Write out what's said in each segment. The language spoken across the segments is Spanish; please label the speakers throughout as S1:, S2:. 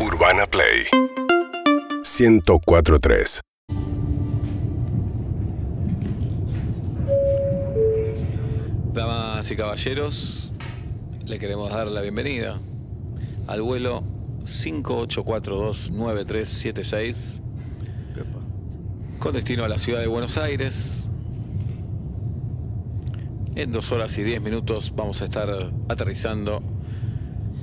S1: Urbana Play 1043
S2: Damas y caballeros, le queremos dar la bienvenida al vuelo 58429376 con destino a la ciudad de Buenos Aires. En dos horas y diez minutos vamos a estar aterrizando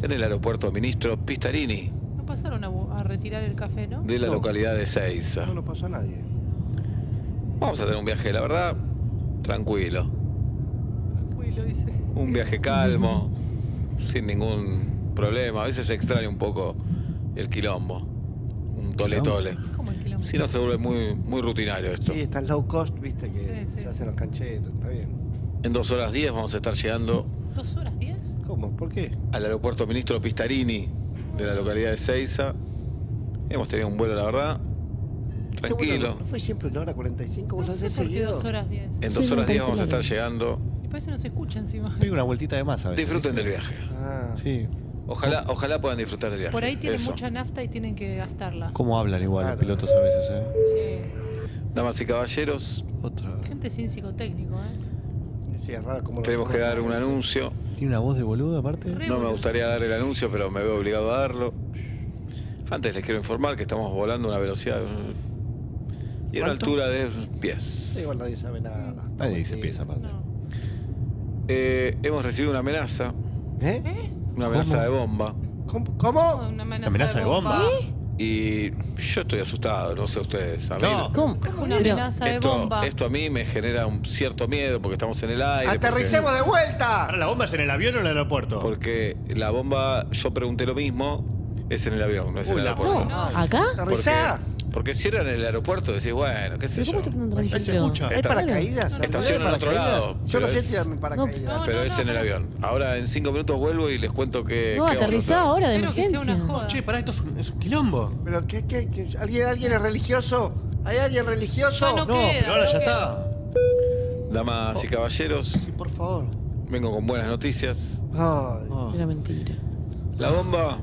S2: en el aeropuerto Ministro Pistarini
S3: No pasaron a, bu- a retirar el café, ¿no?
S2: de la
S4: No.
S2: localidad de Seiza.
S4: No lo pasó a nadie.
S2: Vamos a tener un viaje, la verdad, tranquilo.
S3: Tranquilo, dice.
S2: un viaje calmo, sin ningún problema. A veces se extraña un poco el quilombo, un tole tole.
S3: ¿Cómo el quilombo?
S2: Si no se vuelve muy, muy rutinario esto.
S4: Sí, está low cost, viste, que
S3: Sí, sí,
S4: se
S3: sí.
S4: hacen los cancheros, está bien.
S2: En dos horas diez vamos a estar llegando
S3: ¿Dos horas diez?
S4: ¿Cómo? ¿Por qué?
S2: al aeropuerto Ministro Pistarini de la localidad de Ceiza. Hemos tenido un vuelo, la verdad,
S4: Este vuelo
S2: tranquilo.
S4: ¿No fue siempre una hora 45? ¿Vos
S3: No
S4: lo
S3: sé
S4: hacés
S3: por qué
S4: seguido?
S3: dos horas diez.
S2: En
S5: Sí,
S2: dos
S5: me
S2: horas diez
S5: parece
S2: vamos a
S5: largo.
S2: estar llegando.
S3: Y parece que no se escucha encima.
S6: Pega una vueltita de más a veces.
S2: Disfruten
S6: ¿viste?
S2: del viaje.
S4: Ah,
S6: Sí,
S2: Ojalá, ojalá puedan disfrutar del viaje.
S3: Por ahí tienen
S2: Eso.
S3: mucha nafta y tienen que gastarla.
S6: cómo hablan igual
S4: Claro.
S6: los pilotos a veces, ¿eh?
S3: Sí.
S2: Damas y caballeros,
S6: Otra.
S3: Gente sin psicotécnico, ¿eh?
S4: sí, es raro cómo lo-
S2: tenemos que
S4: cómo
S2: dar
S4: lo
S2: un
S4: hacen.
S2: anuncio.
S6: Tiene una voz de boludo aparte.
S3: Re-
S2: No me gustaría dar el anuncio, pero me veo obligado a darlo. Antes les quiero informar que estamos volando a una velocidad eh, y a una
S4: ¿Cuánto?
S2: altura de pies.
S4: Sí, Igual nadie sabe nada. Estamos
S6: Nadie dice
S4: aquí.
S6: pieza aparte.
S3: No.
S2: Eh, hemos recibido una amenaza,
S4: ¿Eh?
S2: una amenaza
S6: ¿Cómo?
S2: de bomba,
S4: ¿Cómo? ¿Cómo?
S3: Una amenaza,
S6: Amenaza de bomba.
S2: y yo estoy asustado, no sé ustedes. A mí
S6: No.
S5: ¿Cómo?
S3: ¿Cómo una
S5: Pero-
S3: amenaza de
S2: esto,
S3: bomba?
S2: esto a mí me genera un cierto miedo porque estamos en el aire. porque-
S4: ¡Aterricemos de vuelta!
S6: la bomba es en el avión o en el aeropuerto?
S2: Porque, la bomba, yo pregunté lo mismo, es en el avión, no es en
S6: Uy,
S2: el
S6: la
S2: aeropuerto.
S5: No, ¿acá?
S2: Porque,
S4: ¡Aterrizá!
S2: porque si era en el aeropuerto decís, bueno, qué sé
S5: ¿Pero cómo
S2: yo.
S5: está tan
S6: Ahí se
S5: tranquilo?
S6: escucha.
S4: ¿Hay
S2: Esta-
S4: paracaídas?
S3: Estaciona
S4: ¿Alguna vez
S2: en otro
S4: paracaídas?
S2: lado,
S4: Yo
S2: pero
S4: no sé
S2: es-
S4: si tirarme paracaídas.
S3: No,
S2: Pero es en el
S3: pará.
S2: avión. Ahora en cinco minutos vuelvo y les cuento que.
S5: No,
S2: que
S5: aterrizá
S2: vamos
S5: ahora de
S3: Espero que sea
S5: emergencia.
S3: una joda.
S6: Che, pará, esto es un, es un quilombo.
S4: ¿Pero qué, qué, qué? ¿Alguien, ¿Alguien es religioso? ¿Hay alguien religioso?
S3: Ya no-
S6: No,
S3: queda,
S6: pero ahora
S3: no
S6: ya
S3: queda.
S6: está.
S2: a hacer. Damas
S3: Oh.
S2: y caballeros,
S6: Sí, por favor.
S2: vengo con buenas noticias.
S4: Ay.
S6: Oh.
S5: Era mentira.
S2: La bomba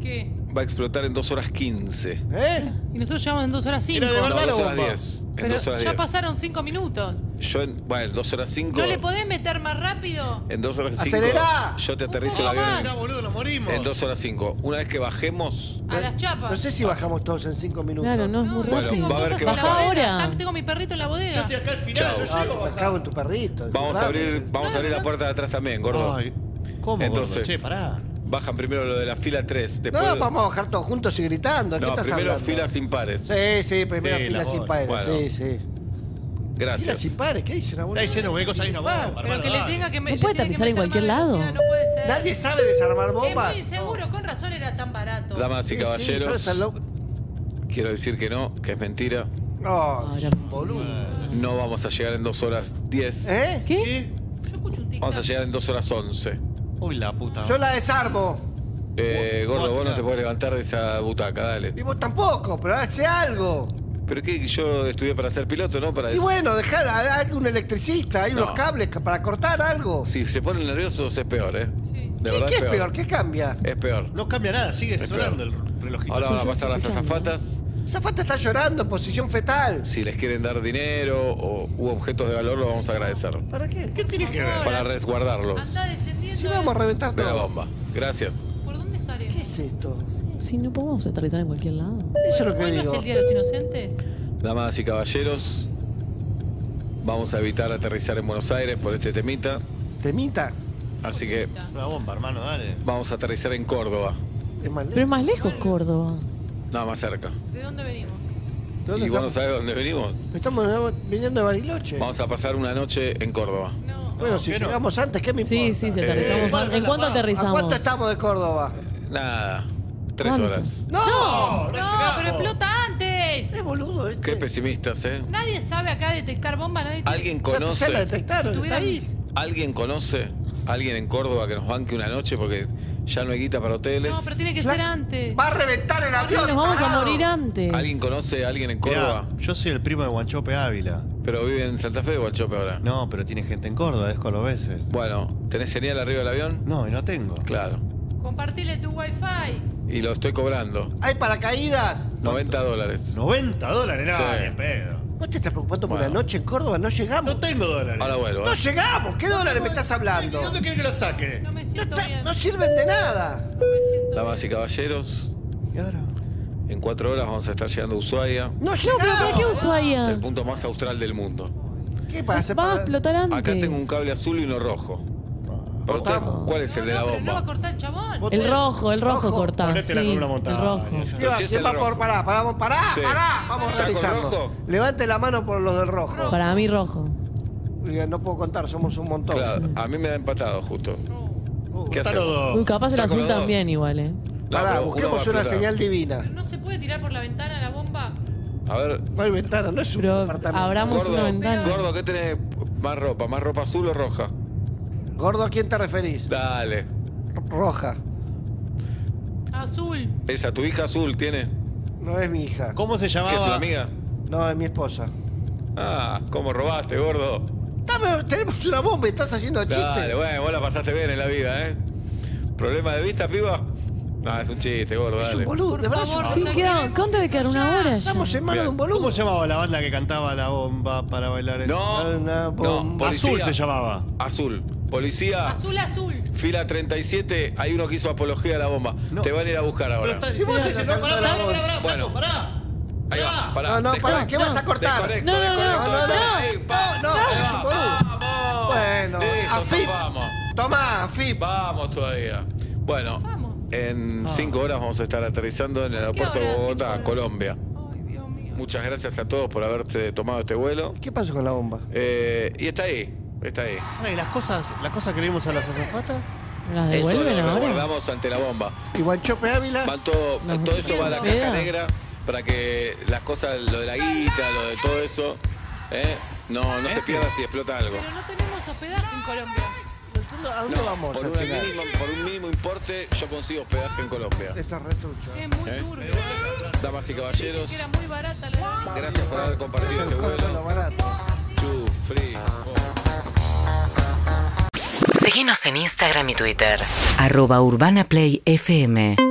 S3: ¿Qué?
S2: va a explotar en 2 horas 15. En
S4: ¿Eh?
S3: Y nosotros llevamos en dos horas cinco.
S6: Era de verdad. la
S2: dos horas
S6: bomba?
S2: 10. En
S3: Pero
S2: dos horas
S3: ya
S2: 10.
S3: pasaron cinco minutos.
S2: Yo en, bueno, en 2 horas 5.
S3: ¿No le podés meter más rápido?
S2: En 2 horas 5.
S4: Acelerá.
S2: Yo te
S3: Un
S2: aterrizo el
S3: poco
S2: avión
S6: Mirá, boludo, nos morimos.
S2: en- en 2 horas 5. Una vez que bajemos,
S3: A las chapas.
S4: No sé si bajamos todos en cinco minutos.
S5: Claro, no, es muy
S3: yo
S2: Bueno,
S5: rápido.
S3: tengo
S2: va a haber
S3: cosas
S2: que
S3: en la
S2: bajar.
S5: Baja
S3: bodega.
S5: ahora.
S3: Tengo mi perrito en la bodega.
S6: Yo estoy acá al final,
S2: Chau.
S6: no
S4: Ah,
S6: llego.
S4: me cago en tu perrito.
S2: vamos a
S4: Dale.
S2: abrir, vamos a abrir la puerta de atrás también, gordo.
S6: Ay, ¿cómo, gordo?
S2: Entonces-
S6: Che, pará.
S2: Bajan primero lo de la fila 3. Después,
S4: No, vamos a bajar todos juntos y gritando. ¿Qué
S2: No,
S4: estás
S2: primero
S4: hablando?
S2: filas impares.
S4: Sí, sí, primera
S6: Sí,
S4: fila
S6: la
S4: sin
S6: voz.
S4: padres.
S2: Bueno.
S4: Sí, sí. Filas
S2: Gracias.
S4: sin padres, ¿qué dice una
S6: Está
S4: buena?
S6: diciendo que cosa hay una bomba,
S3: Pero
S6: hermano,
S3: que le
S6: dale.
S3: tenga que me-
S5: ¿No
S3: le
S5: puede
S3: tiene que
S5: aterrizar en
S3: meter más
S5: cualquier lado?
S3: velocidad, No puede ser.
S4: Eh, Nadie sabe desarmar
S3: es
S4: bombas.
S3: muy inseguro, con razón era tan barato.
S2: Damas y
S4: Sí, sí, yo
S2: caballeros,
S4: hasta lo-
S2: quiero decir que no, que es mentira.
S4: No,
S5: Ahora-
S4: boludo.
S2: No vamos a llegar en 2 horas 10.
S4: ¿Eh?
S5: ¿Qué?
S6: ¿Qué?
S3: Yo escucho un tic
S2: Vamos a llegar en 2 horas 11.
S6: Uy, la puta.
S4: Yo la desarmo.
S2: Eh,
S6: Vos-
S2: gordo, vos
S6: vos
S2: no
S6: tirá.
S2: te podés levantar de esa butaca, dale.
S4: Y vos tampoco, pero hace algo.
S2: Pero que yo estudié para ser piloto, ¿no? Para
S4: Y bueno, dejar a a algún electricista, hay
S2: No.
S4: unos cables ca- para cortar algo.
S2: Si se ponen nerviosos es peor, ¿eh?
S3: Sí.
S2: De
S4: ¿Qué,
S2: verdad
S4: qué es peor? ¿Qué cambia?
S2: Es peor.
S6: No cambia nada, sigue
S2: Es
S6: sonando el relojito.
S2: Ahora
S5: Sí,
S2: van a
S5: yo
S2: pasar las
S5: estoy escuchando.
S2: azafatas.
S4: Zafata está llorando en posición fetal.
S2: Si les quieren dar dinero o u objetos de valor, lo vamos a agradecer.
S4: ¿Para qué? ¿Qué tiene que ver?
S2: Para resguardarlos
S3: Anda descendiendo.
S4: Si vamos a reventar
S2: de la
S4: todo.
S2: bomba. Gracias.
S3: ¿Por dónde estaremos?
S4: ¿Qué es esto?
S5: Si no podemos aterrizar en cualquier lado.
S4: Eso es lo que
S3: ¿Hoy no es
S4: digo.
S3: el Día de los Inocentes?
S2: Damas y caballeros, vamos a evitar aterrizar en Buenos Aires por este temita.
S4: Temita.
S2: Así que
S6: Una bomba, hermano, dale.
S2: vamos a aterrizar en Córdoba,
S4: Es más
S5: Pero es más lejos Córdoba.
S2: nada más cerca.
S3: ¿De dónde venimos?
S2: ¿Y
S4: ¿Dónde
S2: vos no
S4: estamos?
S2: sabés dónde venimos?
S4: Estamos viniendo de Bariloche.
S2: Vamos a pasar una noche en Córdoba.
S3: No.
S4: Bueno,
S6: No,
S4: si
S6: ¿qué no?
S4: llegamos antes, ¿qué me importa?
S5: Sí, sí, si
S2: Eh,
S5: aterrizamos.
S6: vale,
S5: ¿En
S6: la
S5: cuánto
S6: paga.
S4: ¿A
S5: aterrizamos?
S4: cuánto estamos de Córdoba?
S2: Nada, tres
S5: ¿Cuánto?
S2: horas.
S4: ¡No!
S6: no
S3: No,
S6: llegamos.
S3: pero explota antes.
S4: Es boludo este.
S2: Qué pesimistas, ¿eh?
S3: Nadie sabe acá detectar bombas. Nadie tiene-
S2: ¿Alguien
S4: Ya- Ya la
S2: conoce,
S4: detectaron,
S3: Si
S4: está
S3: tuvieran-
S4: ahí.
S2: alguien conoce, alguien en Córdoba que nos banque una noche porque ya no hay guita para hoteles?
S3: No, pero tiene que ser antes.
S4: Va a reventar el
S5: Sí,
S4: avión.
S5: nos vamos a
S4: tarado.
S5: morir antes.
S2: ¿Alguien conoce a alguien en
S6: Mirá,
S2: Córdoba?
S6: yo soy el primo de Guanchope Ávila.
S2: Pero vive en Santa Fe o Guachope ahora.
S6: No, pero tiene gente en Córdoba, es cordobese.
S2: Bueno, ¿tenés señal arriba del avión?
S6: No, y no tengo.
S2: Claro.
S3: Compartile tu wifi.
S2: y lo estoy cobrando.
S4: ¡Hay paracaídas!
S2: 90 dólares.
S6: 90 dólares, no,
S2: Sí.
S6: ni pedo.
S4: ¿Vos te estás preocupando por
S2: Bueno.
S4: la noche en Córdoba? No llegamos.
S6: No tengo dólares.
S2: Ahora vuelvo.
S4: ¡No
S2: ¿eh?
S4: llegamos! ¿Qué dólares me estás hablando?
S6: ¿Dónde querés que lo saque?
S3: No me
S4: No,
S3: siento
S4: está-
S3: bien.
S4: no sirven de nada.
S3: No me siento
S2: Damas y
S3: bien.
S2: caballeros,
S6: Y ahora.
S2: en cuatro horas vamos a estar llegando a Ushuaia,
S4: ¡No
S5: No,
S4: llegamos!
S5: pero ¿para qué
S4: Ah.
S2: el
S5: Ushuaia?
S2: punto más austral del mundo.
S4: ¿Qué pasa?
S5: Va a explotar antes.
S2: Acá tengo un cable azul y uno rojo. ¿Corté?
S4: Cortamos.
S2: ¿Cuál es el de
S3: No,
S2: la
S3: no, pero no va a
S2: bomba?
S3: cortar el chabón.
S4: Vos-
S5: El rojo, el rojo
S4: Rojo.
S5: corta. Sí,
S6: Ponete la columna montada.
S5: el rojo.
S4: ¿Quién va,
S2: si es
S4: quién
S2: el
S4: va por
S2: rojo.
S4: pará? Pará, vos, pará,
S2: Sí.
S4: pará. Vamos a
S2: ¿Saco
S4: analizarlo.
S2: rojo?
S4: Levante la mano por los del rojo.
S5: Para mí rojo.
S4: Porque No puedo contar, somos un montón.
S2: Claro, a mí me da empatado justo.
S4: Uh,
S2: ¿Qué
S6: Están los
S2: hacemos?
S5: Uy,
S6: dos.
S5: capaz el
S2: Saco
S5: azul
S2: los dos.
S5: también igual, eh.
S2: No,
S4: pará,
S2: pero uno va
S4: busquemos
S2: a
S4: una
S2: explotar.
S4: señal divina.
S3: Pero no se puede tirar por la ventana la bomba.
S2: A ver,
S4: No hay ventana, no es un
S5: Pero
S4: departamento.
S5: abramos
S2: gordo,
S5: una ventana.
S2: gordo, ¿qué tenés más ropa? ¿Más ropa azul o roja?
S4: Gordo, ¿a quién te referís?
S2: Dale.
S4: Roja.
S3: Azul.
S2: Esa, tu hija azul tiene. ¿Qué
S4: No es mi hija.
S6: ¿Cómo se
S2: es tu
S6: llamaba?
S2: amiga?
S4: No, es mi esposa.
S2: Ah, ¿cómo robaste, gordo?
S4: Dame, tenemos una bomba y estás haciendo chistes.
S2: Dale, bueno, vos la pasaste bien en la vida, ¿eh? ¿Problema de vista, piba? No, es un chiste, gordo,
S4: es un
S2: dale.
S4: boludo,
S3: Por
S4: de verdad es un
S3: favor,
S5: Sí,
S4: boludo.
S5: queda, ¿cuánto debe quedar? ¿Una hora ya?
S4: Estamos en manos de un boludo.
S6: ¿Cómo se llamaba la banda que cantaba la bomba para bailar? el-
S2: No,
S4: Una
S2: no,
S4: bomba.
S2: policía.
S6: Azul se llamaba.
S2: Azul. Policía,
S3: Azul, azul.
S2: fila 37, hay uno que hizo apología a la bomba.
S6: No.
S2: Te van a ir a buscar ahora.
S6: si vos decís, no, pará, pará, pará, pará,
S2: Bueno.
S6: Paco, pará.
S2: Ahí va, pará.
S4: No, no,
S2: desconecto.
S4: pará, ¿qué vas a cortar?
S2: Desconecto,
S5: No, no, no,
S2: desconecto,
S4: no, no,
S2: desconecto.
S4: no,
S2: Pa-
S4: no,
S2: ahí
S4: no,
S2: va,
S4: es un boludo.
S2: Vamos.
S4: Bueno,
S2: Listo,
S4: AFIP.
S2: Vamos.
S4: Tomá, FIP.
S2: Vamos todavía. Bueno,
S3: Vamos.
S2: en
S4: Ah.
S2: cinco horas vamos a estar aterrizando en el aeropuerto
S3: hora?
S2: de
S3: ¿Cinco
S2: Bogotá,
S3: horas?
S2: Colombia.
S3: Ay, Dios mío.
S2: Muchas gracias a todos por haberse tomado este vuelo.
S4: ¿Qué pasó con la bomba?
S2: Eh, y está ahí, está ahí.
S6: Pará, ¿y las cosas, las cosas que le dimos a las azafatas?
S5: ¿Las
S2: Eso
S5: devuelven
S2: lo
S5: ahora?
S2: guardamos ante la bomba.
S4: ¿Y Guanchope Ávila?
S2: Van todo,
S5: No,
S2: todo eso va a la
S5: qué
S2: caja
S5: fea.
S2: negra para que las cosas, lo de la guita, lo de todo eso, eh, no, no se pierda si explota algo.
S3: Pero no tenemos hospedaje en Colombia.
S4: ¿A dónde
S2: No,
S4: vamos
S2: por,
S4: al
S2: un
S4: final?
S2: mínimo, por un mínimo importe yo consigo hospedaje en Colombia.
S4: Esto es retrucho.
S3: Es muy
S2: ¿Eh?
S3: turbio.
S2: Damas y
S3: Dije
S2: caballeros,
S3: que era muy barata la
S2: gracias por haber compartido este
S4: Lo
S2: vuelo.
S4: barato.
S2: Two, free, four.
S1: Seguinos en Instagram y Twitter. Arroba Urbana Play FM